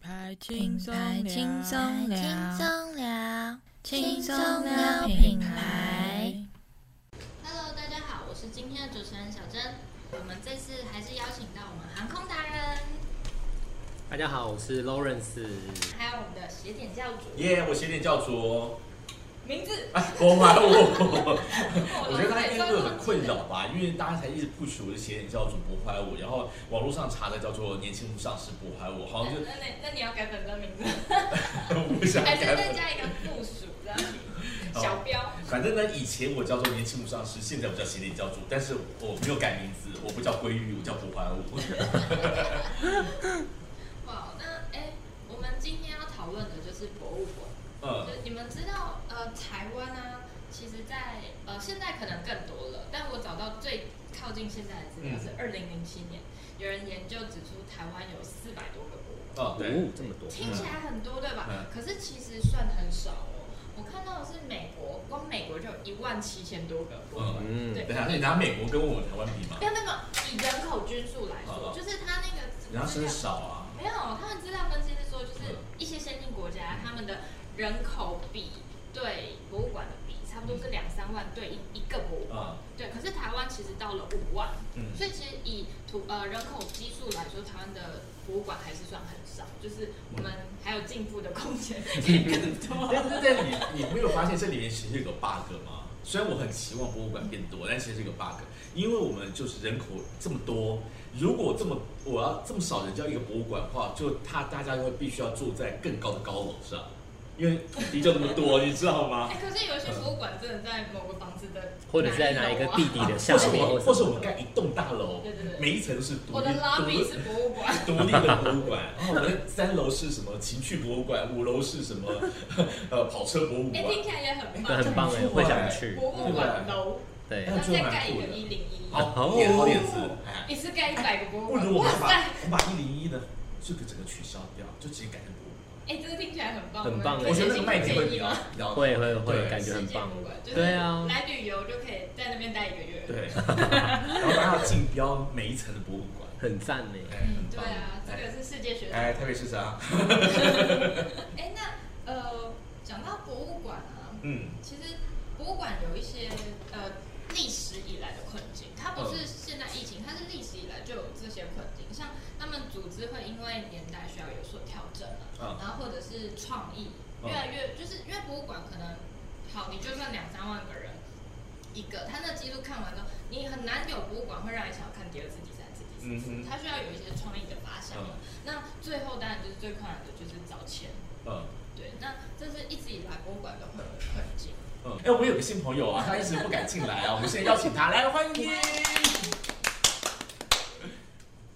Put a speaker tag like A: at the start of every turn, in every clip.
A: 品牌轻松聊，
B: 轻松聊，
A: 轻松聊品牌。。
C: Hello，大家好，我是今天的主持人小珍。我们这次还是邀请到我们航空达人，
D: 大家好，我是 Lawrence。
C: 还有我们的鞋点教主，
E: 耶我鞋点教主哦，
C: 名字
E: 啊我买我，
C: 我
E: 我觉得大家应该会很困扰吧，因为大家才一直不熟我的鞋点教主不坏我，然后网络上查的叫做年轻无上师不坏我，好像就
C: 那那那你要改本身名字，
E: 我不想
C: 还是
E: 改
C: 再
E: 本。
C: 加一个附属的
E: 好
C: 小标？
E: 反正呢，以前我叫做年轻无上师，现在我叫鞋点教主，但是我没有改名字，我不叫鲑鱼，我叫不坏我。
C: 哇，那哎，我们今天要讨论的就是博物馆。
E: 嗯
C: 就，你们知道，呃，台湾啊，其实在呃现在可能更多了，但我找到最靠近现在的资料是二零零七年，有人研究指出台湾有四百多个博物馆，
E: 哦对，
D: 哦，这么多，
C: 听起来很多对吧？
E: 嗯
C: 可是其实算很少哦。我看到的是美国，光美国就有一万七千多个博物馆，
D: 嗯
C: 对
E: 等一啊下，那你拿美国跟我们台湾比嘛，
C: 要那个以人口均数来说，
E: 哦哦
C: 就是它那个资
E: 人
C: 料
E: 家生少啊，
C: 没有，他们资料分析是说，就是
D: 嗯
C: 一些先进国家他们的人口比对博物馆的比，差不多是两三万对一一个博物馆。
E: 啊，
D: 嗯
C: 对，可是台湾其实到了五万，
E: 嗯，
C: 所以其实以土呃人口基数来说，台湾的博物馆还是算很少，就是我们还有进步的空 间可以更
E: 但
D: 嗯
C: 多。
E: 是但你你没有发现这里面其实有个 bug 吗？虽然我很期望博物馆变多，但其实是一个 bug，因为我们就是人口这么多，如果这么我要这么少人叫一个博物馆的话，就他大家会必须要住在更高的高楼上，因为土地就那么多，你知道 吗？
C: 哎，可是有一些博物馆真的在某个房子的，
D: 或者是在哪一个
C: 啊
D: 地？底的下
E: 或是
D: 面，
E: 我或
D: 或
E: 是
D: 者
E: 我们盖一栋大楼
C: 对对对，
E: 每一层都是独
C: 我
E: 立
C: 的 lobby
E: 独
C: 是博物馆，
E: 独立的博物馆，然后我们三楼是什么情趣博物馆，五楼是什么呃跑车博物
C: 哎，
E: 馆，
C: 听起来也很
D: 对，
C: 棒。
D: 很棒哎，会想去。
C: 博物馆楼，
D: 对
C: 然，后再盖一个一零一。
E: 好点好点子，哎。
C: 一次盖一百个博物
E: 不
C: 馆，
E: 如我们把
C: 塞！
E: 我们把一零一的这个整个取消掉，就直接改成博物
C: 哎、这个听起来很棒，
D: 很棒
C: 我
D: 哎
E: 馆。
C: 们
E: 我觉得那个卖点
C: 建
E: 会
C: 议
E: 比较
C: 吗？
E: 比较
D: 会会会，
E: 对
D: 感觉很
C: 世
D: 棒
C: 界。博物馆就是
D: 对啊，
C: 来旅游就可以在那边待一个月。
E: 对， 然后它要竞标每一层的博物馆，
D: 很赞呢。
E: 哎，
C: 嗯
E: 很
C: 对
E: 棒。
C: 啊，这
E: 哎
C: 个是世界学堂。
E: 哎，台北市长，
C: 哎、那呃，讲到博物馆啊，
E: 嗯，
C: 其实博物馆有一些呃历史以来的困境，它不是现在疫情，它是历史以来就有这些困境。像他们组织会因为年代需要有所调整啊
E: 嗯，
C: 然后或者是创意
E: 嗯
C: 越来越，就是因为博物馆可能好，你就算两三万个人一个，它那记录看完之后，你很难有博物馆会让你想要看第二次、第三次、第四次
E: 嗯，哼啊
C: 它需要有一些创意的发想嘛。那最后当然就是最困难的就是找钱。
E: 嗯
C: 对，那这是一直以来博物馆都会有的困境。
E: 嗯，哎，我有个新朋友啊，他一直不敢进来啊，我们现在邀请他来欢迎。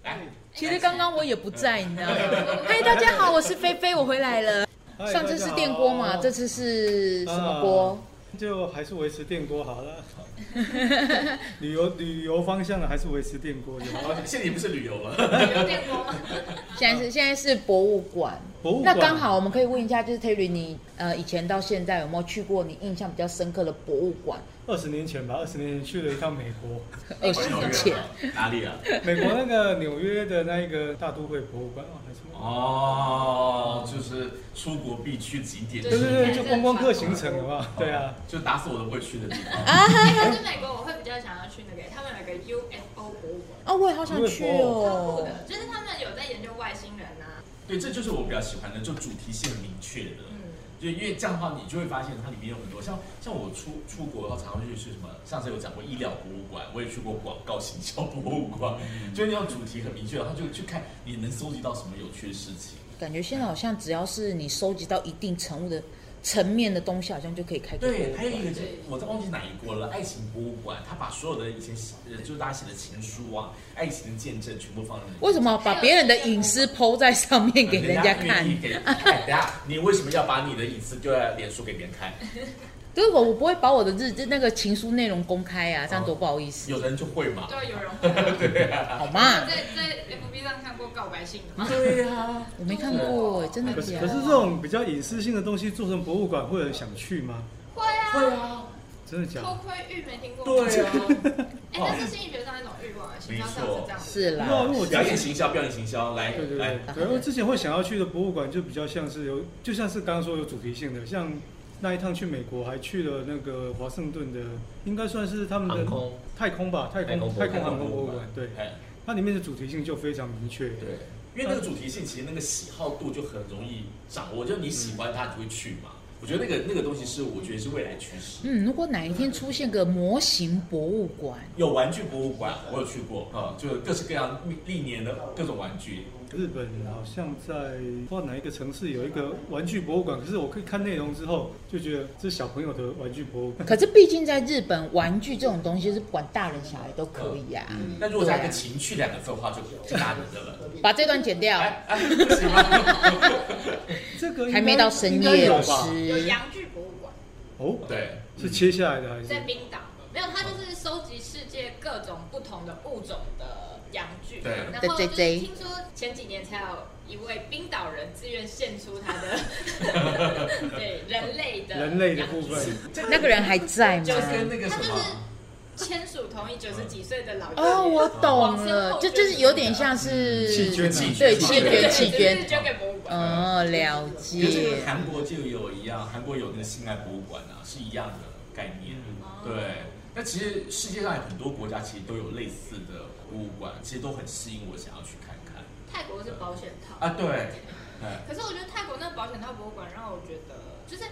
E: 来，
A: 其实刚刚我也不在，你知道吗？嗨，哎大家好，我是菲菲，我回来了。上次是电锅嘛，这次是什么锅？
F: 啊就还是维持电锅好了。 旅游旅游方向的还是维持电锅就好。
E: 哦现在也不是旅游了，
C: 有点光吗？
A: 现在是现在是博物馆。
F: 博物
A: 那
F: 馆
A: 刚好我们可以问一下，就是 Terry，你呃以前到现在有没有去过你印象比较深刻的博物馆？
F: 二十年前吧，二十年前去了一趟美国，
A: 二十年呃前，
E: 哪里啊？
F: 美国那个纽约的那一个大都会博物馆哦，还是什么？
E: 哦，就是出国必去景点，
F: 对对对，
C: 是
F: 就观光客行程的嘛。对啊，，
E: 就打死我都不会去的地方。
C: 可是美国我会比较想要去那个，他们有一个 UFO 博物馆，
A: 啊，我也好想去
C: 超酷
A: 哦。
C: 的，就是他们有在研究外星人啊，
E: 对，这就是我比较喜欢的，就主题性很明确的。
C: 嗯，
E: 就因为这样的话，你就会发现它里面有很多像像我出出国的话，常常去去什么，上次有讲过医疗博物馆，我也去过广告行销博物馆， 就是那种主题很明确，然后就去看你能搜集到什么有趣的事情。
A: 感觉现在好像只要是你收集到一定程度的层面的东西，好像就可以开个博物
E: 对，还有
A: 馆。
E: 一个就是我在忘记哪一国了，爱情博物馆，它把所有的以前写呃就是大家写的情书啊、爱情的见证全部放在那里。
A: 为什么要把别人的隐私剖在上面给人家看
E: 愿？意给人家看，等一下你为什么要把你的隐私丢在脸书给别人看？
A: 就是我，我不会把我的日那个情书内容公开啊，这样多不好意思，
E: 有的人就会嘛。
C: 对，有人会 啊
A: 好吗？
C: 在在 FB 上看过告白信的吗？
E: 对呀，
A: 我没看过、哎真的
F: 可是
A: 假
F: 可是
A: 的？
F: 这种比较隐私性的东西做成博物馆，会有人想去吗？
C: 会啊，
E: 会啊，
F: 真的假
C: 偷
F: 的？
C: 窥欲没听过吗？
E: 对啊，
C: 哎，但是心理学上一种欲望，行销上是这样子。
A: 是啦
F: 那因为我
E: 表演行销，表演行销，来
F: 对对
E: 来
F: 对，对，我之前会想要去的博物馆就比较像是有，就像是刚刚说有主题性的，像那一趟去美国还去了那个华盛顿的，应该算是他们
D: 航
F: 的
D: 空
F: 太空吧，太
D: 太空博
F: 空
D: 物馆
F: 太空航空博物馆，对，
E: 哎
F: 它里面的主题性就非常明确，
E: 对，因为那个主题性其实那个喜好度就很容易掌握，就是你喜欢它你就会去嘛。我觉得那个那个东西是我觉得是未来趋势。
A: 嗯，如果哪一天出现个模型博物馆，
E: 有玩具博物馆，我有去过啊、就是各式各样历年的各种玩具。
F: 日本好像在不知道哪一个城市有一个玩具博物馆，可是我可以看内容之后就觉得这是小朋友的玩具博物馆。
A: 可是毕竟在日本，玩具这种东西是不管大人小孩都可以啊。
E: 那如果加一个情趣两个字的话，就是大人的了。
A: 把这段剪掉，
E: 哎哎，不行吗？
F: 这个应该
A: 还没到深
F: 应该
A: 夜，
F: 有
A: 老
F: 吧？
C: 有
A: 师。
C: 洋剧博物馆
F: 哦，
E: 对，
F: 是切下来的还
C: 在
F: 是？
C: 冰岛，没有，它就是收集世界各种不同的物种的洋剧。
E: 对
C: 然
A: 对
C: 后就是
A: 对对
C: 听说前几年才有一位冰岛人自愿献出他 的对人类的
F: 人类的
C: 洋
F: 部
C: 剧
F: 分，
A: 那个人还在吗
E: 就？跟那个什
C: 他就
E: 么
C: 是。签署同意九十几岁的老人
A: 哦，我懂了，就就是有点像
F: 弃
A: 是
F: 捐
E: 弃
A: 对
E: 捐弃
A: 弃
E: 捐
A: 捐
C: 对
A: 弃
C: 就
A: 捐
C: 是。捐给博物馆。
A: 哦，了
E: 可是这个
A: 解。
E: 韩国就有一样，韩国有那个性爱博物馆啊，是一样的概念。对，那其实世界上有很多国家其实都有类似的博物馆，其实都很吸引我想要去看看
C: 泰国是保险套
E: 啊。对，哎，
C: 可是我觉得泰国那个保险套博物馆让我觉得，就是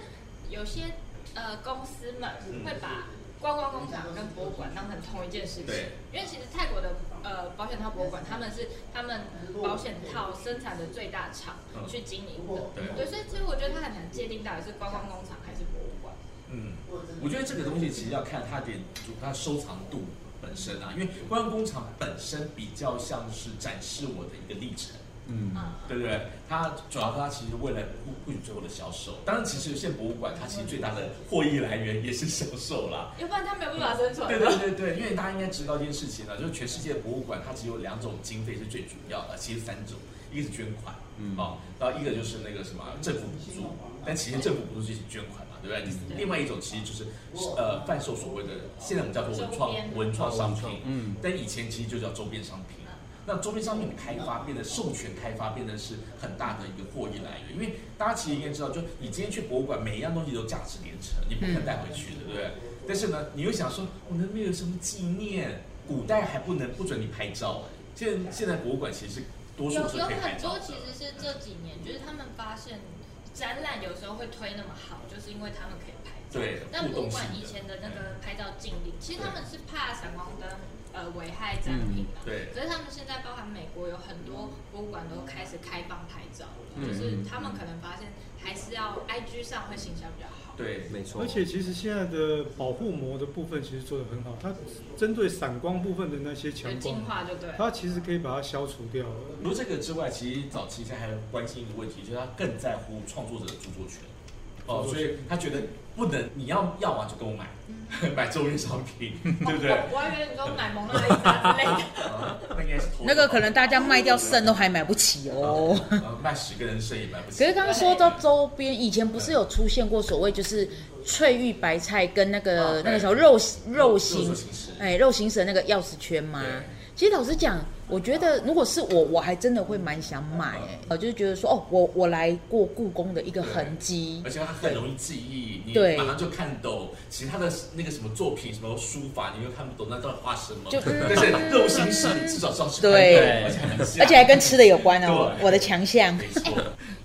C: 有些呃公司们会把观光工厂跟博物馆当成同一件事情
E: 嗯对，
C: 因为其实泰国的呃保险套博物馆，他们是他们保险套生产的最大厂
E: 嗯
C: 去经营的，对，
E: 对
C: 所以其实我觉得它很难界定到底是观光工厂还是博物馆。
E: 嗯，我觉得这个东西其实要看它点主它收藏度本身啊，因为观光工厂本身比较像是展示我的一个历程。
D: 嗯，
C: 啊，
E: 对不对？它主要它其实为了顾顾及最后的销售，当然其实现博物馆它其实最大的获益来源也是销售啦。
C: 要不然它没有办法生存。
E: 对对对对，因为大家应该知道一件事情呢，就是全世界博物馆它只有两种经费是最主要的，其实三种，一个是捐款，
D: 嗯
E: 哦，然后一个就是那个什么政府补助，
C: 啊
E: 但其实政府补助就是捐款嘛，对不对？你另外一种其实就是呃贩售所谓的现在我们叫做文
C: 周
E: 创
C: 边
E: 文创商品，
D: 嗯，
E: 但以前其实就叫周边商品。那周边商品的开发变得授权开发变得是很大的一个获益来源，因为大家其实应该知道，就你今天去博物馆，每一样东西都价值连城，你不可能带回去的，对不对？
C: 嗯
E: 但是呢，你又想说，我们那边有什么纪念？古代还不能不准你拍照，哎现在现在博物馆其实多数
C: 有
E: 是
C: 有
E: 可以拍
C: 很
E: 照
C: 多
E: 的
C: 其。实是这几年，就是他们发现展览有时候会推那么好，就是因为他们可以拍照。
E: 对
C: 那
E: 互
C: 博
E: 动
C: 物馆
E: 性
C: 以
E: 的
C: 前的那个拍照禁令，其实他们是怕闪光灯呃危害展品嘛。
E: 嗯对
C: 可是他们现在，包含美国有很多博物馆都开始开放拍照了，
D: 嗯
C: 就是他们可能发现还是要 IG 上会形象比较好。
E: 对，
D: 没错。
F: 而且其实现在的保护膜的部分其实做得很好，它针对散光部分的那些强
C: 有
F: 光
C: 进，化就对了。
F: 它其实可以把它消除掉了。
E: 除了这个之外，其实早期现在还关心一个问题，就是他更在乎创作者的著作权。哦，所以他觉得不能，你要要嘛就跟我买， 买周边商 品，对不对？
C: 我还以为你说买蒙娜丽莎之类 的，
E: 啊那应该是偷的
A: 那个可能大家卖掉肾都还买不起哦。
E: 呃卖十个人肾也买不起。
A: 可是刚刚说到周边，以前不是有出现过所谓就是翠玉白菜跟那个、
E: 啊
A: 那个
E: 对
A: 什么肉肉形
E: 肉形石
A: 哎肉形蛇那个钥匙圈吗
E: 对？
A: 其实老实讲，我觉得如果是我，我还真的会蛮想买
E: 啊
A: 哎、我就是觉得说哦，我我来过故宫的一个痕迹
E: 而，且它很容易记忆，你
A: 对
E: 马上就看懂。其实他的那个什么作品、什么书法，你又看不懂，那到底画什么？
A: 就嗯
E: 但是肉形式你至少知道是看懂
A: 对
E: 而且很像
A: 而且还跟吃的有关哦，
E: 对
A: 我的强项。
E: 没错，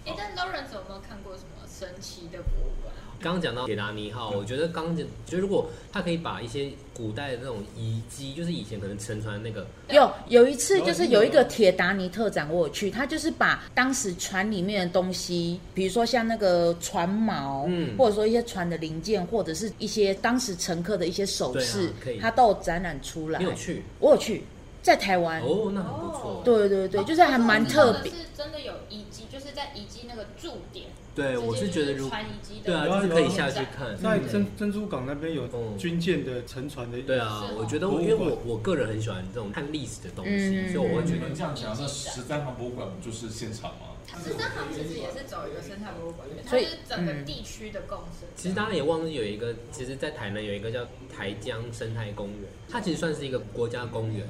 C: 哎，但 Lawrence 有没有看过什么神奇的博物馆？
D: 刚刚讲到铁达尼号，我觉得刚讲就如果他可以把一些古代的那种遗迹，就是以前可能沉船那个，
A: 有有一次就是有一个铁达尼特展，我有去，他就是把当时船里面的东西，比如说像那个船锚，
D: 嗯
A: 或者说一些船的零件，或者是一些当时乘客的一些首饰
D: 对啊可以，
A: 他、都有展览出来
D: 你。有去？
A: 我有去，在台湾，
D: 哦，那很不错。
A: 对对对，就是还蛮特别。
C: 是真的有遗迹，就是在遗迹那个驻点。
D: 对，我是觉得
C: 如
D: 如
C: 穿遗迹的，
D: 对啊，就是可以下去看。
F: 在珍珍珠港那边有
D: 嗯
F: 军舰的沉船的，
D: 对啊
C: 是哦，
D: 我觉得我因为我我个人很喜欢这种看历史的东西，
A: 嗯
D: 所以我会
E: 你
D: 觉得
E: 们这样讲，那十三行博物馆不就是现场吗？
C: 它是商行其实也是走一个生态博物馆，它
A: 所以嗯
C: 是整个地区的共识。
D: 其实大家也忘记有一个，其实，在台南有一个叫台江生态公园，它其实算是一个国家公园，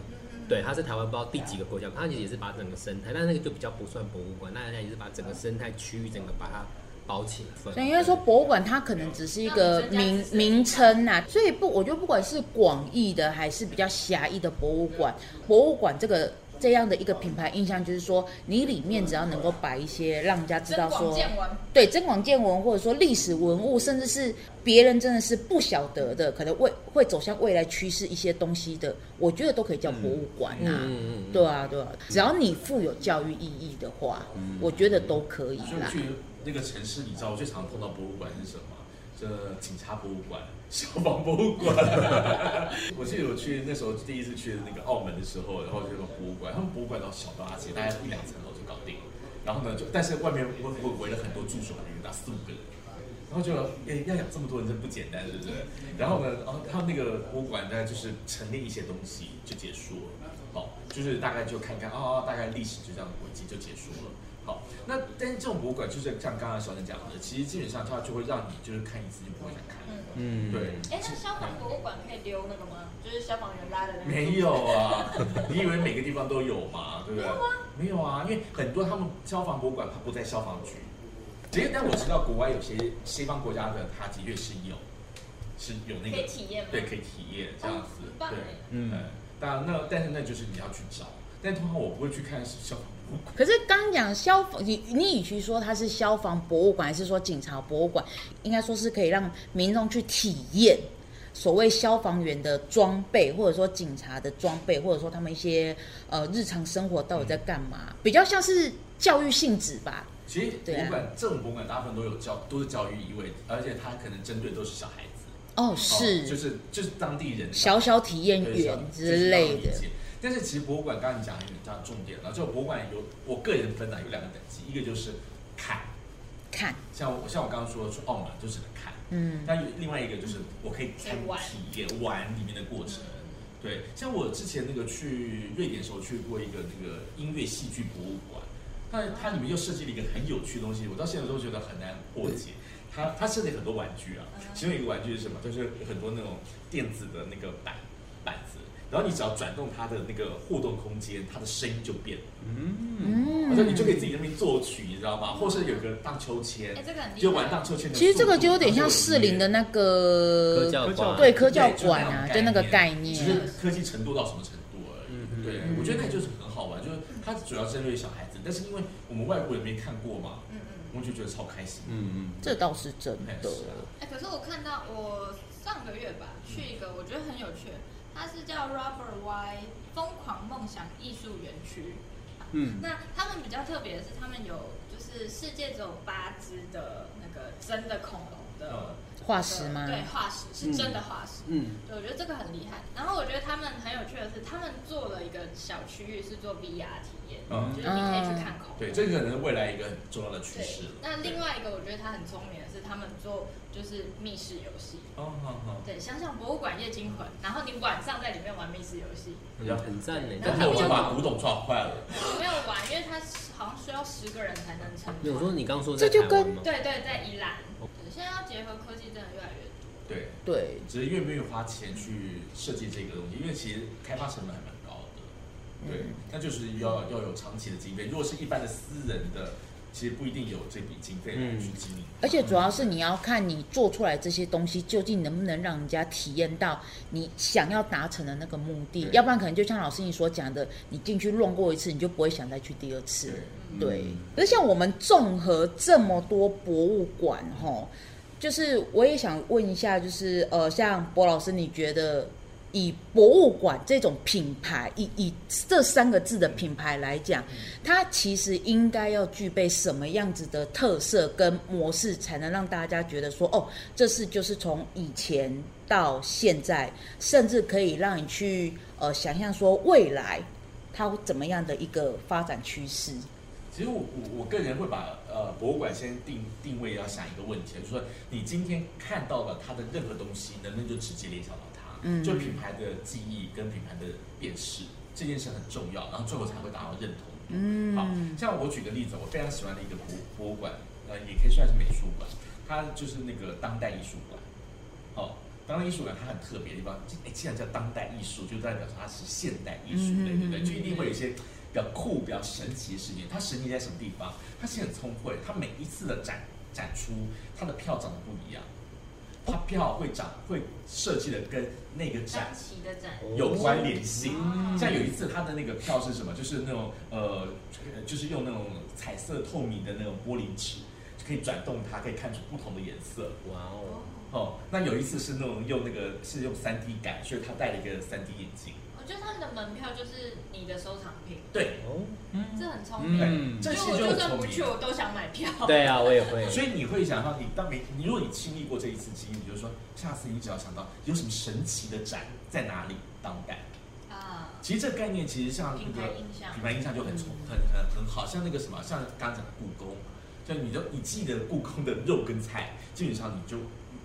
D: 对，它是台湾不知道第几个国家，它其实也是把整个生态，但那个就比较不算博物馆，那它也是把整个生态区域整个把它包起来。
A: 所以应该说，博物馆它可能只是一个名名称呐、所以不，我觉得不管是广义的还是比较狭义的博物馆，博物馆这个这样的一个品牌印象，就是说你里面只要能够摆一些让人家知道
C: 增广
A: 说，
C: 见闻，
A: 对增广见闻，或者说历史文物，甚至是别人真的是不晓得的，可能未会走向未来趋势一些东西的，我觉得都可以叫博物馆呐、
D: 嗯嗯嗯嗯
A: 对啊，对啊，只要你富有教育意义的话，
D: 嗯
A: 我觉得都可以
E: 所以
A: 啦。
E: 去那个城市，你知道我最常碰到博物馆是什么？这警察博物馆、消防博物馆。 我记得我去那时候第一次去那个澳门的时候，然后就有博物馆，他们博物馆都小到阿姐，大概一两层楼就搞定了。然后呢，就但是外面围围围了很多驻守人员，大概四五个人。然后就诶、要养这么多人真不简单，对不对？然后呢，然后他们那个博物馆呢，就是陈列一些东西就结束了，好，就是大概就看看哦，大概历史就这样的轨迹就结束了。好，那但是这种博物馆就是像刚刚小沈讲的，其实基本上它就会让你就是看一次就不会想看了，
D: 嗯，
E: 对。
C: 哎，那消防博物馆可以溜那个吗？就是消防员拉的那个？
E: 没有啊，你以为每个地方都有嘛？对不对？没有啊，因为很多他们消防博物馆它不在消防局，其实但我知道国外有些西方国家的，它的确是有，是有那
C: 可
E: 个
C: 以体验吗？
E: 对可以体验这样
C: 哦
E: 子
C: 很，棒
E: 对
C: 哎，
E: 嗯
D: 嗯，
E: 但那但是那就是你要去找，但通常我不会去看消防博物馆，
A: 可是刚讲消防，你你与其说它是消防博物馆，还是说警察博物馆，应该说是可以让民众去体验所谓消防员的装备，或者说警察的装备，或者说他们一些呃日常生活到底在干
E: 嗯
A: 嘛，比较像是教育性质吧。
E: 其实博
A: 对啊
E: 物馆这种博物馆大部分都有教都是教育意味，而且它可能针对都是小孩子，
A: 哦，
E: 哦
A: 是、
E: 就是就是当地人的
A: 小小体验
E: 对
A: 员之类的。。
E: 像就是要理解但是其实博物馆刚刚你讲的很大重点了，就博物馆有我个人分啊，有两个等级，一个就是看，
A: 看，
E: 像我像我刚刚说去澳门就只能看，
A: 嗯，
E: 但有另外一个就是我可以
C: 可以玩
E: 体验玩里面的过程。对，像我之前那个去瑞典的时候去过一个那个音乐戏剧博物馆，它它里面又设计了一个很有趣的东西，我到现在都觉得很难破解。它它设计很多玩具啊，其中一个玩具是什么？就是很多那种电子的那个板板子，然后你只要转动它的那个互动空间，它的声音就变了，
A: 嗯
E: 好像你哦就可以自己在那边作曲，你知道吗？或是有个荡秋千
C: 哎，，这个很厉害
E: 就玩荡秋千的速度。
A: 其实这个就有点像
E: 荡秋
A: 士
E: 千的音乐
A: 林的那个
D: 科教馆
A: 对科教
E: 对
A: 馆啊，就那个概念。
E: 只是科技程度到什么程度而已。
D: 嗯
E: 对，我觉得那就是很好玩，就是它主要针对小孩子，但是因为我们外国人没看过嘛，
C: 嗯嗯。
E: 我们就觉得超开心。
D: 嗯
A: 这倒是真
E: 哎
A: 的。
E: 是啊
C: 哎，可是我看到我上个月吧，去一个我觉得很有趣，它是叫 Robert Y 疯狂梦想艺术园区。
F: 嗯，
C: 那他们比较特别的是，他们有就是世界只有八只的那个真的恐龙的
E: 嗯
A: 化石吗？
C: 对，化石是真的化石。
F: 嗯，
C: 对，我觉得这个很厉害。然后我觉得他们很有趣的是，他们做了一个小区域是做 VR 体验，
E: 嗯
C: 就是你可以去看恐龙。
E: 对，这个可能是未来一个很重要的趋
C: 对
E: 势了。
C: 那另外一个我觉得他很聪明的是，他们做就是密室游戏。
E: 对，哦，好好，
C: 对，想想博物馆夜惊魂，然后你晚上在里面玩密室游戏，
D: 嗯，很赞呢。但
E: 但台
D: 台
E: 湾就
D: 湾
E: 把古董抓坏了。
C: 我没有玩，因为它好像需要十个人才能成
D: 没有说
C: 团。
D: 你刚刚说
A: 这
D: 在
A: 就
D: 台湾吗？
C: 对对，在宜兰，
E: 哦
C: 对，现在要结合科技真的越来越多。
E: 对，
A: 对，
E: 只是愿不愿意花钱去设计这个东西，因为其实开发成本还蛮高的。
A: 嗯
E: 对，那就是要要有长期的经费。如果是一般的私人的，其实不一定有这笔经费来去经营。
A: 而且主要是你要看你做出来这些东西究竟能不能让人家体验到你想要达成的那个目的
E: 对，
A: 要不然可能就像老师你所讲的，你进去乱过一次，你就不会想再去第二次。
E: 对。
A: 对，可是像我们综合这么多博物馆，吼，就是我也想问一下，就是呃，像博老师，你觉得以博物馆这种品牌，以以这三个字的品牌来讲，它其实应该要具备什么样子的特色跟模式，才能让大家觉得说，哦，这是就是从以前到现在，甚至可以让你去呃想象说未来它怎么样的一个发展趋势？
E: 其实我我我个人会把呃博物馆先定定位，要啊想一个问题，就是说你今天看到了它的任何东西，能不能就直接联想到它？
A: 嗯
E: 就品牌的记忆跟品牌的辨识这件事很重要，然后最后才会达到认同。
A: 嗯
E: 好，像我举个例子，我非常喜欢的一个博博物馆，呃，也可以算是美术馆，它就是那个当代艺术馆。哦，当代艺术馆它很特别的地方，哎，既然叫当代艺术，就代表它是现代艺术类，对不对？
A: 嗯哼
E: 就一定会有一些比较酷、比较神奇的事情。它神奇在什么地方？它是很聪慧，它每一次的展展出，它的票长得不一样，它票会长会设计的跟那个展
C: 当期的展，
A: 哦
E: 有关联性。
C: 嗯
E: 像有一次，他的那个票是什么？就是那种呃，就是用那种彩色透明的那种玻璃纸，就可以转动它，可以看出不同的颜色。
D: 哇哦，
E: 哦，那有一次是那种用那个是用3 D 感，所以他戴了一个3 D 眼镜。
C: 我觉得他们的门票就是你的收藏品，
E: 对，
D: 哦，
C: 这很聪明。
F: 嗯
E: 这
C: 就
E: 些
C: 我
E: 就
C: 就
E: 很
C: 算
E: 聪
C: 不去，
E: 明。
C: 我都想买票。
D: 对啊，我也会。
E: 所以你会想到，你当没，你如果你经历过这一次经历，你就说下次你只要想到有什么神奇的展在哪里，当代。
C: 啊，
E: 其实这个概念其实像
C: 品
E: 那
C: 牌
E: 个
C: 印象
E: 品牌印象就很重
A: 嗯
E: 很很很好，像那个什么，像刚刚讲的故宫，就你就你记得故宫的肉跟菜，基本上你就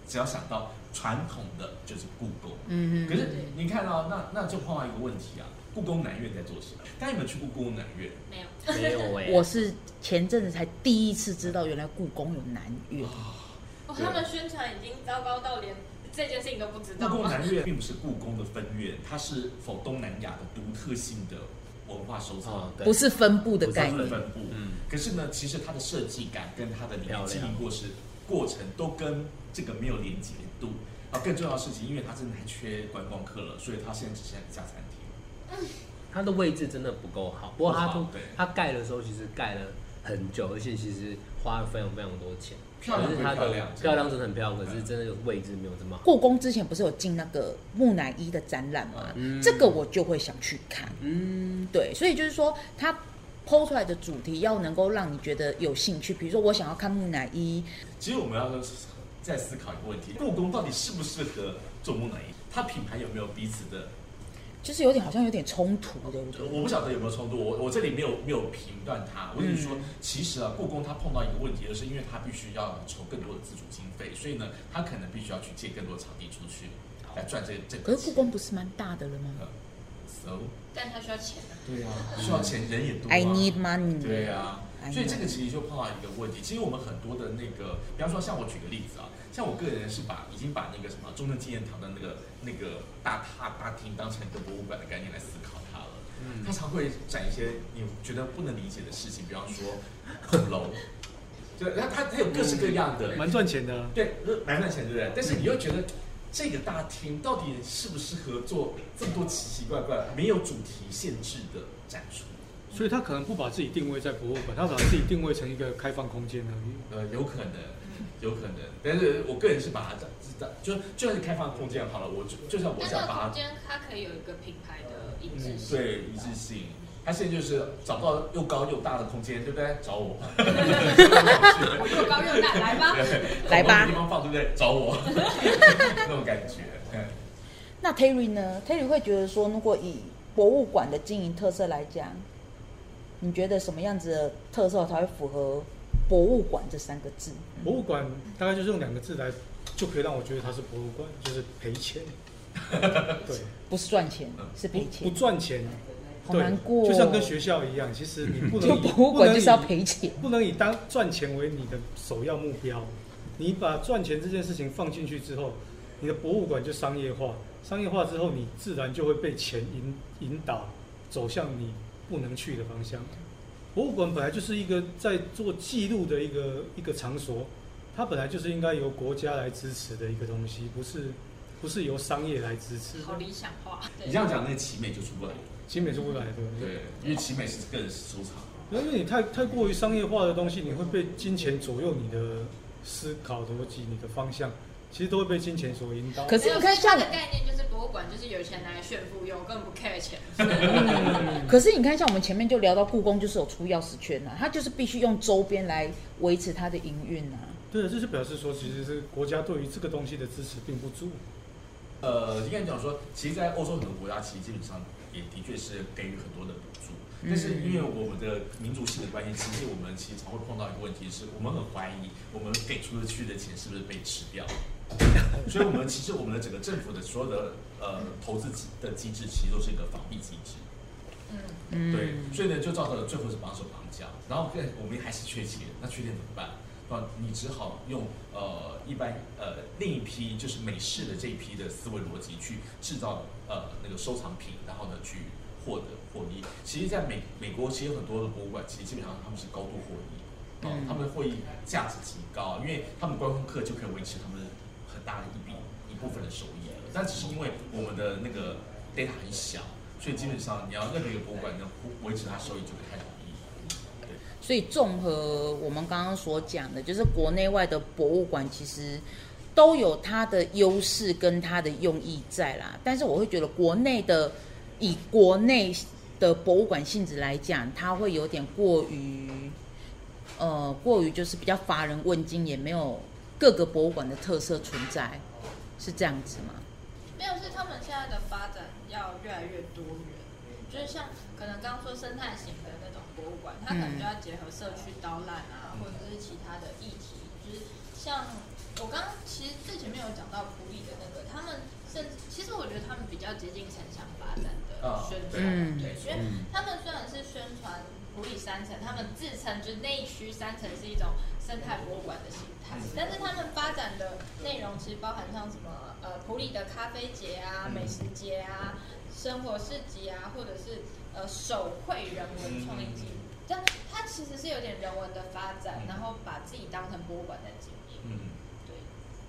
E: 只要想到传统的就是故宫。
A: 嗯
E: 可是你看到、那那就碰到一个问题啊，故宫南院在做什么？大家有没有去过故宫南院？
C: 没有，
D: 没有哎、
A: 我是前阵子才第一次知道，原来故宫有南院。
C: 哦他们宣传已经糟糕到连这件事情都不知
E: 故
C: 道
E: 宫
C: 吗？
E: 南院并不是故宫的分院，它是否东南亚的独特性的文化收藏。
D: 哦，对，
A: 不是分布的概
E: 不是
A: 念，
E: 分布。
D: 嗯
E: 可是呢，其实它的设计感跟它的里面
D: 漂亮
E: 经历过是过程都跟这个没有连接度。啊，更重要的事情，因为它真的还缺观光客了，所以它现在只剩下一家餐厅。
D: 它的位置真的不够好。不过它
E: 不好
D: 都
E: 对
D: 它盖的时候其实盖了很久，而且其实花了非常非常多钱。
E: 漂亮
D: 可是它
E: 漂
D: 的
E: 亮
D: 漂亮真的很漂亮，可是真的有位置没有这么好。
A: 故宫之前不是有进那个木乃伊的展览吗？
D: 嗯
A: 这个我就会想去看。
D: 嗯，
A: 对，所以就是说，它剖出来的主题要能够让你觉得有兴趣。比如说，我想要看木乃伊，
E: 其实我们要再思考一个问题：故宫到底适不适合做木乃伊？它品牌有没有彼此的？
A: 就是有点好像有点冲突，对不对？
E: 我不晓得有没有冲突，我我这里没有没有评断它，我只是说
A: 嗯，
E: 其实啊，故宫它碰到一个问题，就是因为它必须要筹更多的自主经费，所以呢，它可能必须要去借更多场地出去来赚这这
A: 可是
E: 个
A: 故
E: 钱。
A: 宫不是蛮大的了吗
E: So
C: 但他需要钱啊。
E: 对呀、需要钱人也多、啊。
A: ？I need money。
E: 对啊呀、
A: I
E: 所以这
A: know
E: 个其实就碰到一个问题。其实我们很多的那个，比方说像我举个例子啊，像我个人是把已经把那个什么中正纪念堂的那个那个大大大厅当成一个博物馆的概念来思考它了。它常会展一些你觉得不能理解的事情，比方说恐龙，对，它它它有各式各样的，
F: 蛮赚钱的啊、
E: 对，呃蛮赚钱，对不对？但是你又觉得这个大厅到底适不适合做这么多奇奇怪怪、没有主题限制的展出？
F: 所以他可能不把自己定位在博物馆，他把自己定位成一个开放空间而已。
E: 呃，有可能，有可能，但是我个人是把它知道，就就算是开放空间好了，我就就算我
C: 但
E: 想
C: 那个
E: 把
C: 空
E: 它
C: 间它可以有一个品牌的一致
E: 嗯
C: 性。
E: 对一致性，它现在就是找不到又高又大的空间，对不对？找 我，
C: 我又高又大，来 吧。
A: 来吧
E: 找不到地方放对不对？找我，那种感觉。嗯
A: 那 Terry 呢？Terry 会觉得说，如果以博物馆的经营特色来讲，你觉得什么样子的特色才会符合博物馆这三个字？
F: 博物馆大概就是用两个字来，就可以让我觉得它是博物馆，就是赔钱。 对，
A: 不是赚钱，是
F: 不
A: 赔
F: 不
A: 钱，
F: 赚钱，
A: 好
F: 嗯对
A: 难过哦。
F: 就像 跟学校一样，其实你不能
A: 做
F: 以
A: 博物
F: 不
A: 馆
F: 能
A: 就是要
F: 以
A: 赔钱。
F: 不能以当赚钱为你的首要目标。你把赚钱这件事情放进去之后，你的博物馆就商业化，商业化之后，你自然就会被钱引引导走向你不能去的方向。博物馆本来就是一个在做记录的一个一个场所，它本来就是应该由国家来支持的一个东西，不是不是由商业来支持的。
C: 好理想化。对
E: 你这样讲，那个奇美就出不来了。
F: 其实美术不来的，对不对
E: 对，因为奇美是个人收藏。
F: 因为你太太过于商业化的东西，你会被金钱左右你的思考逻辑、你的方向，其实都会被金钱所引导。
A: 可是你看
C: 它
A: 像
C: 的概念就是博物馆就是有钱拿来炫富用，根本不 care 钱。
A: 可是你看，像我们前面就聊到故宫，就是有出钥匙圈啊，它就是必须用周边来维持它的营运啊。
F: 对，这就表示说，其实是国家对于这个东西的支持并不足。
E: 呃，应该讲说，其实，在欧洲很多国家，其实基本上也的确是给予很多的补助，但是因为我们的民族性的关系，其实我们其实常会碰到一个问题是，我们很怀疑我们给出的去的钱是不是被吃掉了，所以我们其实我们的整个政府的所有的呃投资机的机制，其实都是一个防弊机制。
C: 嗯，
A: 嗯，
E: 对，所以呢，就造成了最后是绑手绑脚，然后更我们还是缺钱，那缺钱怎么办？那呃你只好用呃一般呃另一批就是美式的这一批的思维逻辑去制造呃那个收藏品，然后呢去获得获利。其实，在美美国其实有很多的博物馆，其实基本上他们是高度获利，哦、
A: 嗯
E: 他们的获益价值极高，因为他们观光客就可以维持他们很大的一笔一部分的收益了。但只是因为我们的那个 data 很小，所以基本上你要任何一个博物馆能维持它收益就不太容易。
A: 所以综合我们刚刚所讲的，就是国内外的博物馆其实都有它的优势跟它的用意在啦。但是我会觉得国内的以国内的博物馆性质来讲，它会有点过于呃过于就是比较乏人问津，也没有各个博物馆的特色存在，是这样子吗？
C: 没有，是他们现在的发展要越来越多元，就是像可能刚刚说生态型的那种博物馆，它可能就要结合社区导览
E: 嗯
C: 啊，或者是其他的议题，就是像我刚刚其实最前面有讲到普里的那个，他们甚至其实我觉得他们比较接近城乡发展的
E: 啊
C: 宣传，
E: 对
A: 嗯
C: 对，因为
D: 嗯
C: 他们虽然是宣传普里三层，他们自称就是那一区三层是一种生态博物馆的形态，
E: 嗯
C: 但是他们发展的内容其实包含像什么呃普里的咖啡节啊、
E: 嗯
C: 美食节啊、生活市集啊，或者是呃手绘人文创意季，
E: 嗯
C: 但它其实是有点人文的发展，然后把自己当成博物馆在经营。
E: 嗯，
C: 对，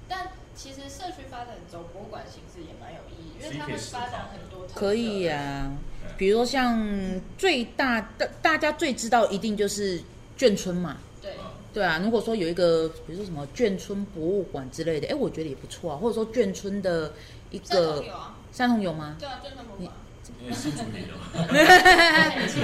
C: 但其实社区发展走博物馆形式也蛮有意义，因为
E: 其实
C: 他
E: 可以
C: 们
E: 思
C: 发展
E: 考
C: 很多特色。
A: 可以呀、
E: 对
A: 比如说像最大大大家最知道一定就是眷村嘛。
C: 对，
E: 啊
A: 对啊，如果说有一个，比如说什么眷村博物馆之类的，哎，我觉得也不错啊。或者说眷村的一
C: 这
A: 个
C: 种有啊，
A: 三重有吗？
C: 对啊，眷村博物馆。
E: 因为新竹也有。
A: 哎
C: 其实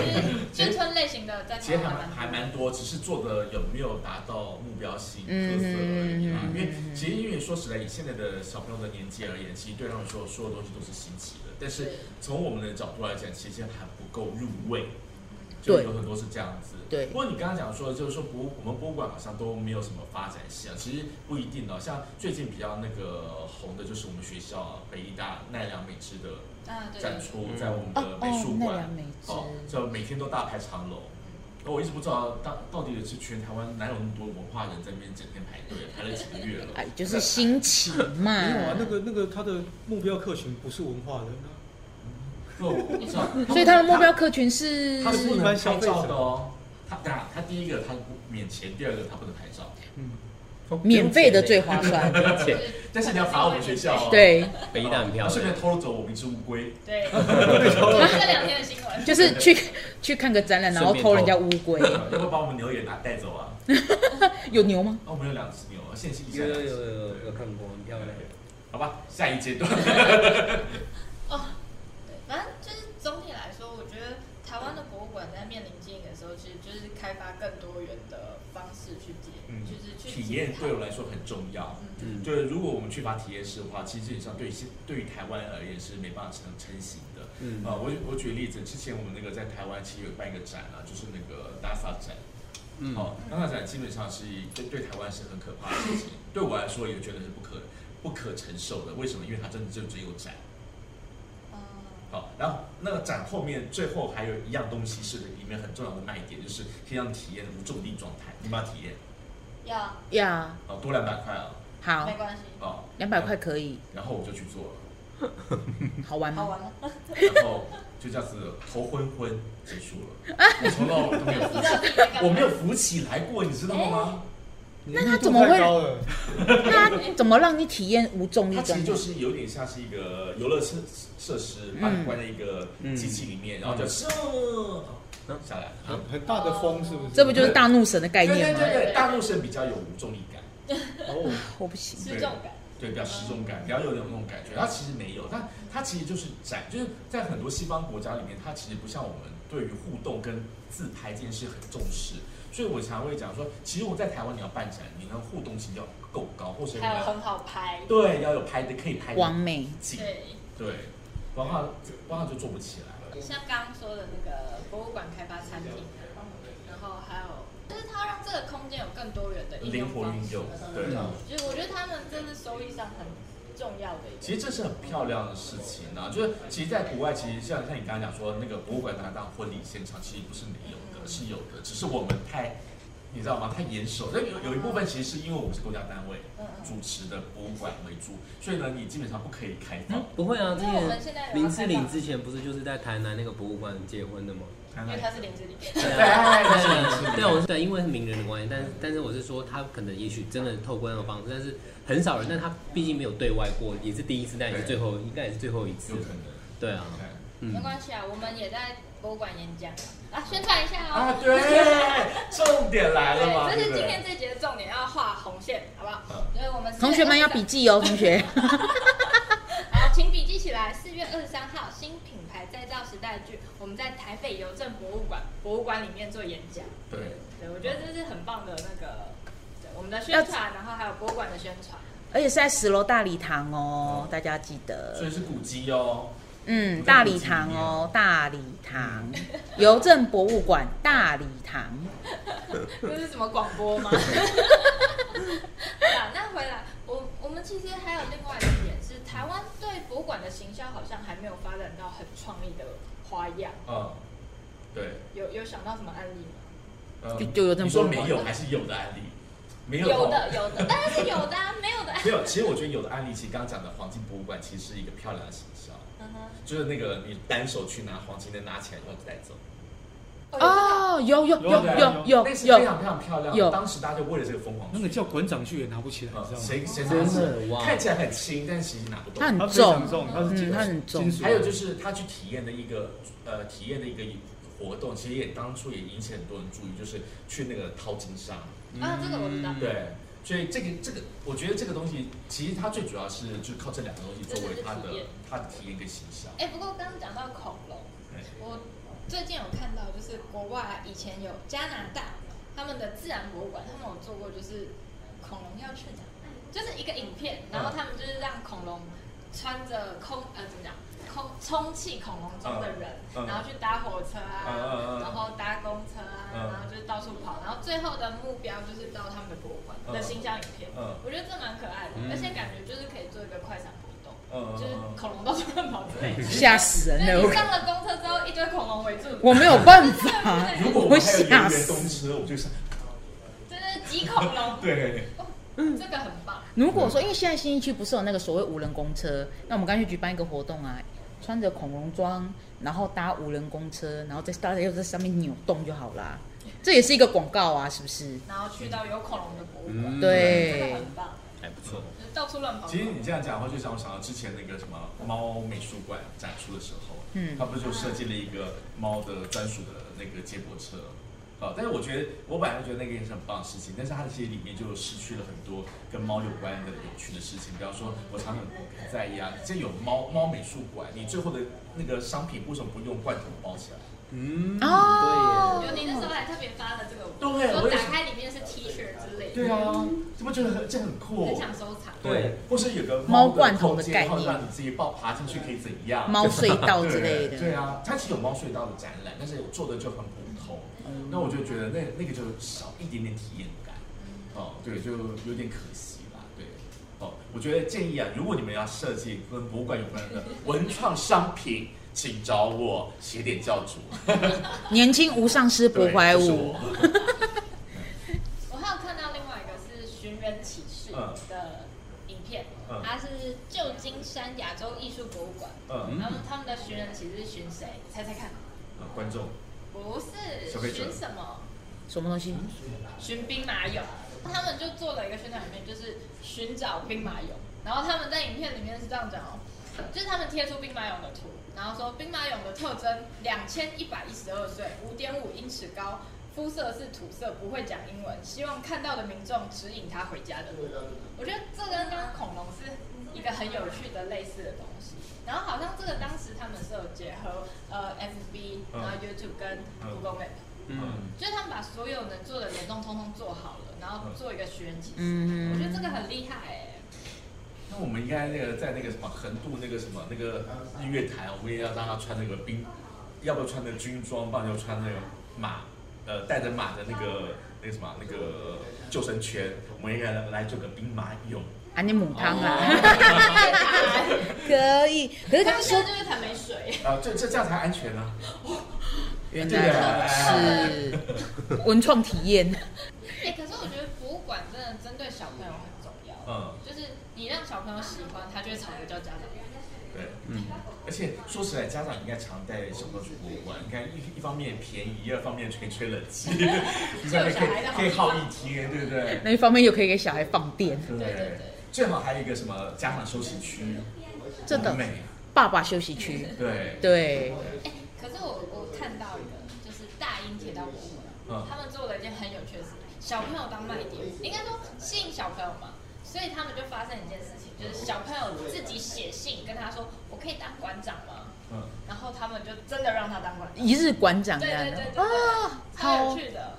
C: 眷村类型的在
E: 其实
C: 台
E: 还
C: 湾
E: 蛮还
C: 多
E: 蛮多，只是做的有没有达到目标性特
A: 嗯
E: 色而已啊啦。因为其实因为说实在，以现在的小朋友的年纪啊而言，其实对他们说所有东西都是新奇的。但是从我们的角度来讲，其实还不够入味，就
A: 对
E: 有很多是这样子。
A: 对
E: 不过你刚刚讲说，就是说博物我们博物馆好像都没有什么发展性啊，其实不一定哦。像最近比较那个红的，就是我们学校北医大奈良美智的
C: 啊，对对
E: 展
C: 对，
E: 出，
D: 嗯
E: 在我们
A: 哦
E: 的呃美
A: 哦
E: 术，
A: 奈
E: 馆。
A: 良美智，
E: 哦，就每天都大排长龙。那我一直不知道到到底是全台湾哪有那么多文化人在那边整天排队，排了几个月了。
A: 哎，就是新奇嘛。
F: 没有啊，那个那个他的目标客群不是文化人啊，
E: 对，我不知道。
A: 所以他的目标客群是
E: 他，他是不
F: 一
E: 能
F: 般
E: 拍
F: 消费者
E: 照的哦。他等下，他第一个他不免钱，第二个他不能拍照。
F: 嗯，
A: 免费的最划算。
D: 而且
C: 是
E: 但是你要罚我们学校哦。
A: 对，
D: 北大很漂
E: 他顺
D: 亮
E: 便，偷走我们一只乌龟。
C: 对， 这两天的新闻
A: 就是去去看个展览，然后偷人家乌龟。
E: 要不要把我们牛也拿带走啊？
A: 有牛吗？
E: 哦，我们 有两只牛，现行一下
D: 有
E: 两
D: 有
E: 只。
D: 有有有看过，很漂亮。
E: 好吧，下一阶段。
C: 哦，对，反正就是总体来说，我觉得台湾的博物馆在面临经营的时候，其实就是开发更多元的方式去接，
E: 嗯
C: 就是去
E: 体验
C: 解
E: 对我
C: 套
E: 来说很重要。
C: 嗯，
D: 嗯，
E: 就是如果我们缺乏体验式的话，其实基本上对于现对于台湾而言是没办法成成型的。
D: 嗯
E: 啊、我我举个例子，之前我们那个在台湾其实有办一个展啊，就是那个 NASA 展。
D: 嗯
E: 哦，那那展基本上是对对台湾是很可怕的事情，对我来说也觉得是不可不可承受的。为什么？因为它真的就只有展。
C: 嗯
E: 好，然后那个展后面最后还有一样东西是里面很重要的卖点，就是可以让你体验无重力状态。你们要体验
C: 要
A: 呀，
E: 哦，多两百块啊，
A: 好
C: 没，关系，
E: 哦，
A: 两百块可以，
E: 然后我就去做了。
A: 好玩吗？
C: 好玩吗？
E: 然后就这样子头昏昏结束了。我从头到尾都没有
C: 不
E: 扶
C: 知道
E: 起，
C: 自己在干嘛
E: 我没有扶起来过，你知道吗？
F: 你
A: 那他
F: 密度
A: 怎么会
F: 太高了？
A: 那怎么让你体验无重力
E: 它其
A: 状态
E: 实就？是有点像是一个游乐设设施，把你关在一个机器里面，然后就咻下来。
F: 很很大的风是不是？
A: 这不就是大怒神的概
E: 对对
A: 念吗？
E: 对对，大陆神比较有无重力感，
F: 哦，
A: 我不行。
C: 失重感，
E: 对，比较失重感，比较有那种感觉。它其实没有，它它其实就是展，就是在很多西方国家里面，它其实不像我们对于互动跟自拍这件事很重视。所以我常会讲说，其实我在台湾你要办展，你那个互动性要够高，或是你
C: 还有
E: 要
C: 很好拍，
E: 对要有拍的可以拍
A: 完
E: 的
A: 美，
E: 景，
C: 对。
E: 对，文化文化就做不起来了。
C: 像刚刚说的那个博物馆开发餐厅，啊然后还有就是它让这个空间有更多元的应用
E: 灵活
C: 方
E: 运
C: 式
E: 用，对
C: 就是我觉得他们真的收益上很重要的一个。
E: 其实这是很漂亮的事情啊，就是其实，在国外，其实像像你刚刚讲说那个博物馆拿来当婚礼现场，其实不是没有的，是有的，只是我们太，你知道吗？太严守。但有有一部分其实是因为我们是国家单位
C: 嗯嗯。
E: 主持的博物馆为主，所以呢，你基本上不可以开放。
D: 不会啊，之
C: 因为我们
D: 前
C: 现在有
D: 林
C: 要开
D: 志玲
C: 放
D: 之前不是就是在台南那个博物馆结婚的吗？
E: 看
C: 因
E: 看
C: 为他是林志玲。
D: 对
E: 哎
D: 啊
E: 是林志玲
D: 对啊，我是对，因为是名人的关系，但是但是我是说他可能也许真的透过那种方式，但是很少人，但他毕竟没有对外过，也是第一次，但也是最后，应该也是最后一次
E: 有可
D: 了。
E: 能。
D: 对啊，
E: 对
D: 嗯
C: 没，关系啊，我们也在博物馆演讲啊，宣传一下哦。
E: 啊，对，重点来了嘛，
C: 对，这
E: 对
C: 是
E: 不
C: 今
E: 对
C: 天？这节的重点，要画红线，好不好？
E: 嗯
C: 所以我们
A: 同学们要笔，记哦，同学。
C: 好，呃请笔记起来。四月二十三号，新品牌再造时代剧，我们在台北邮政博物馆博物馆里面做演讲。
E: 对，
C: 对，我觉得这是很棒的那个，对我们的
A: 要
C: 宣传，然后还有博物馆的宣传。
A: 而且是在十楼大礼堂哦，大家记得
E: 所。以是古迹哦。
A: 嗯，大礼堂哦，大礼堂，邮政博物馆大礼堂。
C: 这是什么广播吗？ 对啊，那回来，我我们其实还有另外一点是，台湾对博物馆的行销好像还没有发展到很创意的花样，
E: 嗯，对。
C: 有有想到什么案例吗？
E: 嗯
A: 就就有这么
E: 你说
A: 多
E: 没
A: 吗
E: 有还是有的案例？没有
C: 有
E: 的
C: 的有的，当然是有的、啊，没有的、 啊。
E: 没有。其实我觉得有的案例，其实刚刚讲的黄金博物馆，其实是一个漂亮的形象，
C: 嗯哼
E: 就是那个你单手去拿黄金的拿起来，然后再走，
C: 哦，
A: 哦，有有有
F: 有
A: 有有
E: 那是非
A: 有，
E: 常非常漂亮
A: 有
E: 的。当时大家就为了这个疯狂
F: 那
E: 去，
F: 个叫馆长去也拿不起来，你知
E: 嗯
F: 道吗？
E: 谁谁拿
D: 真
E: 起来
D: 的哇，
E: 看起来很轻，但其实拿不
A: 它
E: 动。
A: 很
F: 它非
A: 重
F: 常，重，它是金
A: 嗯它很重
F: 金属
E: 还有就是他去体验的一个呃体验的一个活动，其实也当初也引起很多人注意，就是去那个淘金沙。
C: 啊这个我知道
D: 嗯，
E: 对，所以这个这个，我觉得这个东西其实它最主要是就靠这两个东西作为它
C: 这就是体
E: 的
C: 验
E: 它的体验跟形象。
C: 哎、不过刚刚讲到恐龙，
E: 对
C: 我最近有看到，就是国外啊以前有加拿大他们的自然博物馆，他们有做过，就是恐龙要去哪，就是一个影片，然后他们就是让恐龙穿着空呃怎么讲，空充气恐龙中的人，
E: 嗯嗯
C: 然后去搭火车啊，
E: 嗯嗯嗯嗯
C: 然后搭公车啊，
E: 嗯
C: 然后就是到处跑，然后最后的目标就是到他们的博物馆的
E: 嗯
C: 形象影片，
E: 嗯
C: 我觉得这蛮可爱的，
D: 嗯
C: 而且感觉就是可以做一个快闪活动。
D: 呃
E: 嗯
C: 就是恐龙到处乱跑之类的。
A: 吓死人
C: 就是你
A: 了！
C: 上了公车之后，一堆恐龙围住你，
A: 我没有办法，
E: 如果我
A: 我
E: 们还有
A: 吓
E: 圆圆
A: 死
E: 东。车，我就想，
C: 就是挤恐龙
E: 对，
A: 嗯
C: 这个很棒。
A: 如果说，因为现在新一区不是有那个所谓无人公车，那我们干脆举办一个活动啊，穿着恐龙装，然后搭无人公车，然后再大家又在上面扭动就好啦。这也是一个广告啊，是不是？
C: 然后去到有恐龙的博物馆，
D: 嗯，
C: 这个
A: 对，
C: 很棒，
D: 还不错。
C: 就是到处乱跑。
E: 其实你这样讲的话，就让我想到之前那个什么猫美术馆展出的时候，
A: 嗯
E: 它不是就设计了一个猫的专属的那个接驳车。啊，但是我觉得我本来就觉得那个也是很棒的事情，但是它其实里面就失去了很多跟猫有关的有趣的事情，比方说我常常很在意啊，这有猫猫美术馆，你最后的那个商品为什么不用罐头包起来？
D: 嗯，
A: 哦
D: 对
C: 有你那时候还特别发了这个，
E: 对
C: 说
E: 我也
C: 打
E: 是
C: 开里面是 T 恤之类的，
E: 对啊，这不觉得很这很酷？
C: 很想收藏。
D: 对，
E: 或是有个
A: 猫
E: 的
A: 罐头的
E: 空间
A: 概
E: 然后
A: 念
E: 让你自己抱爬进去可以怎样？
A: 猫隧道之类
E: 对对
A: 的。
E: 啊，它其实有猫隧道的展览，但是做的就很普通。
A: 嗯
E: 那我就觉得那那个就少一点点体验感，哦，对，就有点可惜啦，对。哦，我觉得建议啊，如果你们要设计跟博物馆有关的文创商品，请找我写点教主，
A: 年轻无上师 不
E: 对
A: 怀
E: 就是
A: 武
E: 我，
C: 我还有看到另外一个是寻人启事
E: 嗯
C: 的影片
E: 嗯，
C: 它是旧金山亚洲艺术博物馆，
E: 嗯，
D: 嗯
C: 然后他们的寻人启事是寻谁？猜猜看。
E: 呃观众，
C: 不是
E: 消费者
C: 寻什么？
A: 什么东西？
C: 寻兵马俑，他们就做了一个宣传影片，就是寻找兵马俑。然后他们在影片里面是这样讲哦，就是他们贴出兵马俑的图，然后说兵马俑的特征：两千一百一十二岁，五点五英尺高，肤色是土色，不会讲英文。希望看到的民众指引他回家的路。我觉得这跟刚刚恐龙是一个很有趣的类似的东西。然后好像这个当时他们是有结合呃 FB，然后 YouTube 跟 Google Map。
D: 嗯，
E: 嗯，
C: 就是他们把所有能做的联动通通做好了，然后做一个学人启事，我觉得
A: 嗯
C: 这，个很厉害哎、
E: 那我们应该那个在那个什么横渡那个什么那个日月潭，我们也要让他穿那个兵，要不要穿那个军装，不然就穿那个马，呃，带着马的那个那个什么那个救生圈，我们应该来来做个兵马俑。
A: 啊，你母汤啦，
C: 他
A: 可以。可是刚刚
C: 们现
A: 说
C: 在就是才 没水，
E: 啊，这这这样才安全呢、啊。
A: 原来是文创体验，
C: 哎，可是我觉得博物馆真的针对小朋友很重要，
E: 嗯，
C: 就是你让小朋友喜欢，他就会吵着叫家长。
A: 哎
E: 对。
D: 嗯，
E: 而且说实在，家长应该常带小朋友去博物馆，应该一一方面便宜，二方面吹吹冷气，一方面可以可以耗一天，对不对？
A: 那一方面又可以给小孩放电，
E: 对
C: 对对对
E: 最好还有一个什么家长休息区，
A: 真的
E: 很美，
A: 爸爸休息区，
E: 对，
A: 对，
C: 哎，可是我我看到一个，就是大英铁道博物馆，
E: 嗯
C: 他们做了一件很有趣的事，小朋友当卖点，应该说吸引小朋友嘛。所以他们就发生一件事情，就是小朋友自己写信跟他说：“我可以当馆长吗
E: 嗯，？”
C: 然后他们就真的让他当馆长。
A: 一日馆长这
C: 对
A: 样
C: 对对对
A: 的
C: 对，
A: 啊，
C: 超有
A: 好，
C: 趣的。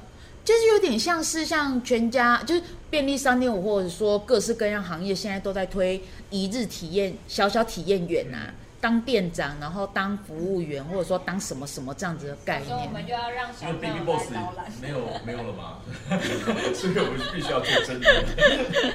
A: 就是有点像是像全家，就是便利商店，或者说各式各样行业现在都在推一日体验，小小体验员
E: 嗯
A: 啊。当店长，然后当服务员，或者说当什么什么这样子的概
C: 所以我们
A: 念，
C: 又要让
E: 因
C: 小
E: 为
C: 朋
E: Baby
C: 友
E: Boss
C: 来导览，
E: 没有没有 了嘛，所以我们必须要做真的，对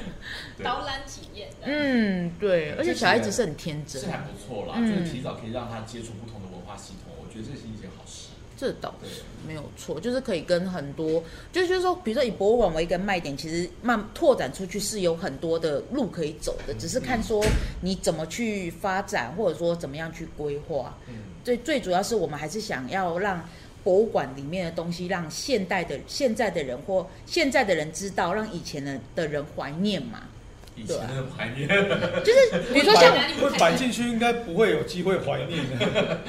C: 导览体验的。
A: 嗯，对，而且小孩子是很天真
E: 是，还不错啦，
A: 嗯
E: 就是提早可以让他接触不同的文化系统，我觉得这是一件好事。
A: 这倒
E: 对，
A: 没有错，就是可以跟很多，就是就是说，比如说以博物馆为一个卖点，其实慢拓展出去是有很多的路可以走的，只是看说你怎么去发展，或者说怎么样去规划。
E: 嗯，
A: 最最主要是我们还是想要让博物馆里面的东西，让现代的现在的人或现在的人知道，让以前的的人怀念嘛。
E: 以前
A: 啊
E: 真的怀念，
A: 就是比如说像
C: 哪里不
F: 会
C: 开
F: 摆
C: 心
F: 进去，应该不会有机会怀念的。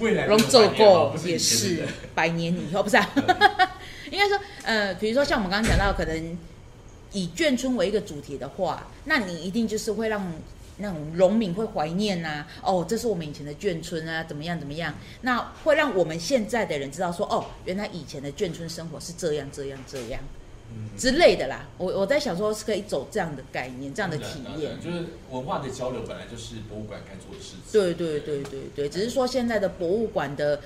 E: 未来的
A: 龙
E: 人
A: 走
E: 怀念哦
A: 过
E: 不是
A: 也
E: 以前的
A: 是
E: 人嗯
A: 百年以后，不是、啊？ 应该说，呃，比如说像我们刚刚讲到，可能以眷村为一个主题的话，那你一定就是会让那种农民会怀念呐、哦，这是我们以前的眷村啊，怎么样怎么样？那会让我们现在的人知道说，哦，原来以前的眷村生活是这样这样这样
E: 嗯
A: 之类的啦。我我在想说，是可以走这样的概念，这样的体
E: 当然
A: 验。
E: 就是文化的交流本来就是博物馆该做的事情。
A: 对对对对对，只是说现在的博物馆的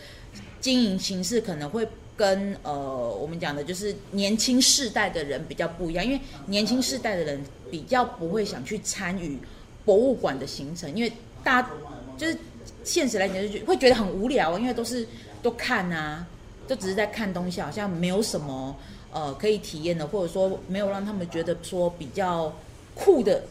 A: 经营形式可能会跟呃我们讲的就是年轻世代的人比较不一样，因为年轻世代的人比较不会想去参与博物馆的行程，因为大家就是现实来讲就觉会觉得很无聊啊，因为都是都看啊，都只是在看东西，好像没有什么呃可以体验的，或者说没有让他们觉得说比较酷的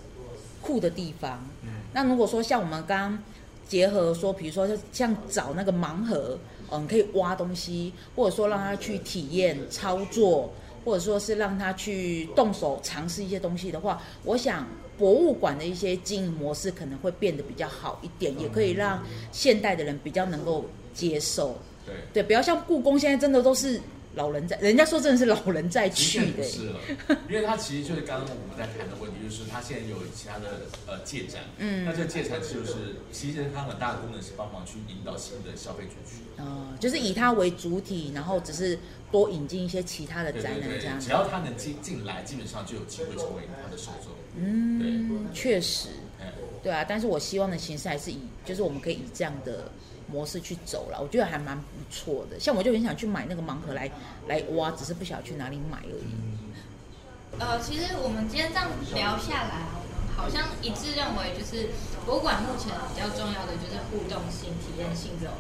A: 酷的地方。
E: 嗯
A: 那如果说像我们刚刚结合说，比如说像找那个盲盒，嗯，可以挖东西，或者说让他去体验操作，或者说是让他去动手尝试一些东西的话，我想博物馆的一些经营模式可能会变得比较好一点，也可以让现代的人比较能够接受。
E: 对，
A: 对，不要像故宫现在真的都是老人在，人家说真的是老人在
E: 其实
A: 去
E: 不
A: 的、
E: 是了，因为它其实就是刚刚我们在谈的问题，就是它现在有其他的呃借展，
A: 嗯
E: 那这借展就是其实它很大的功能是帮忙去引导新的消费族群。
A: 呃，就是以它为主体，然后只是多引进一些其他的
E: 对
A: 呃展
E: 对
A: 览这样
E: 对，
A: 子
E: 只。要它能进进来，基本上就有机会成为它的受众。
A: 嗯，确实，
E: 哎，
A: 对啊，但是我希望的形式还是以，就是我们可以以这样的模式去走了，我觉得还蛮不错的。像我就很想去买那个盲盒来来挖，只是不晓得去哪里买而已。
C: 呃，其实我们今天这样聊下来啊，我们好像一致认为，就是博物馆目前比较重要的就是互动性、体验性这种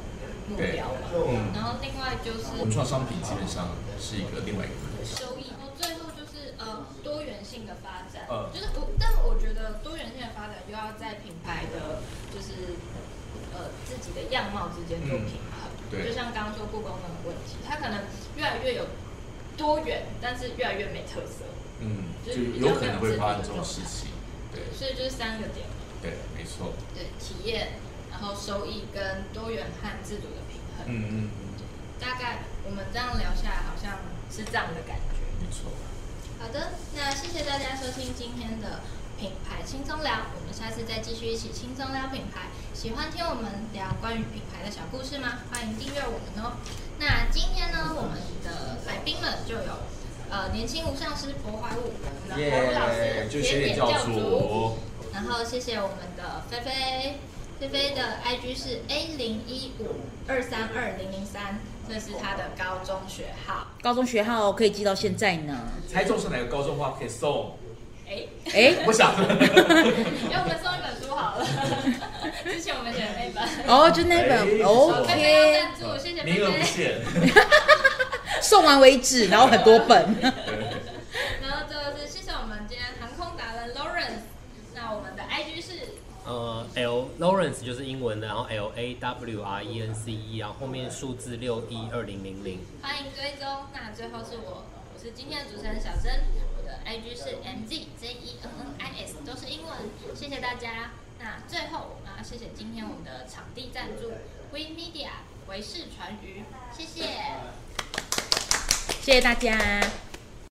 C: 目标嘛。
E: 嗯，
C: 然后另外就是
E: 文创商品基本上是一个另外一个课题。
C: 收益，然后最后就是呃多元性的发展，
E: 嗯
C: 就是我，但我觉得多元性的发展又要在品牌的就是呃自己的样貌之间做
E: 嗯
C: 平衡，
E: 对
C: 就像刚刚说故宫那个问题，它可能越来越有多元，但是越来越没特色，
E: 嗯，就有可能会发生这种事情。对
C: 所以就是三个点嘛，
E: 对，没错。
C: 对，体验，然后收益跟多元和自主的平衡，
E: 嗯嗯
C: 大概我们这样聊下来好像是这样的感觉。
E: 嗯，没错。
C: 好的，那谢谢大家收听今天的品牌轻松聊，我们下次再继续一起轻松聊品牌。喜欢听我们聊关于品牌的小故事吗？欢迎订阅我们哦。那今天呢，我们的来宾们就有呃年轻无上师博怀武，我们的侯老师，
E: 就学点
C: 点
E: 教
C: 主，
E: 主。
C: 然后谢谢我们的菲菲，菲菲的 IG 是 A 零一五二三二零零三，这是他的高中学号。
A: 高中学号可以记到现在呢。
E: 猜中是哪个高中话可以送？
C: 哎，
A: 哎、
E: 我想，
C: 要我们送一本书好了。 之前我们选的那本。
A: 哦，就那本、
E: 哎不错
C: 贝贝
A: OK，
C: 要赞助，谢谢贝
E: 哦名额不
C: 贝。
E: 限。
A: 送完为止，然后很多本。
C: 然后这是谢谢我们今天航空达人 Lawrence。那我们的 IG 是
D: 呃，L Lawrence 就是英文的，然后 L A W R E N C E，然后后面数字六一二零零零。
C: 欢迎追踪。那最后是我，我是今天的主持人小珍，我的 IG 是 MZ J E N N I S，都是英文。谢谢大家。那最后我们要谢谢今天我们的场地赞助 We Media 维氏传娱，谢谢。
A: 谢谢大家。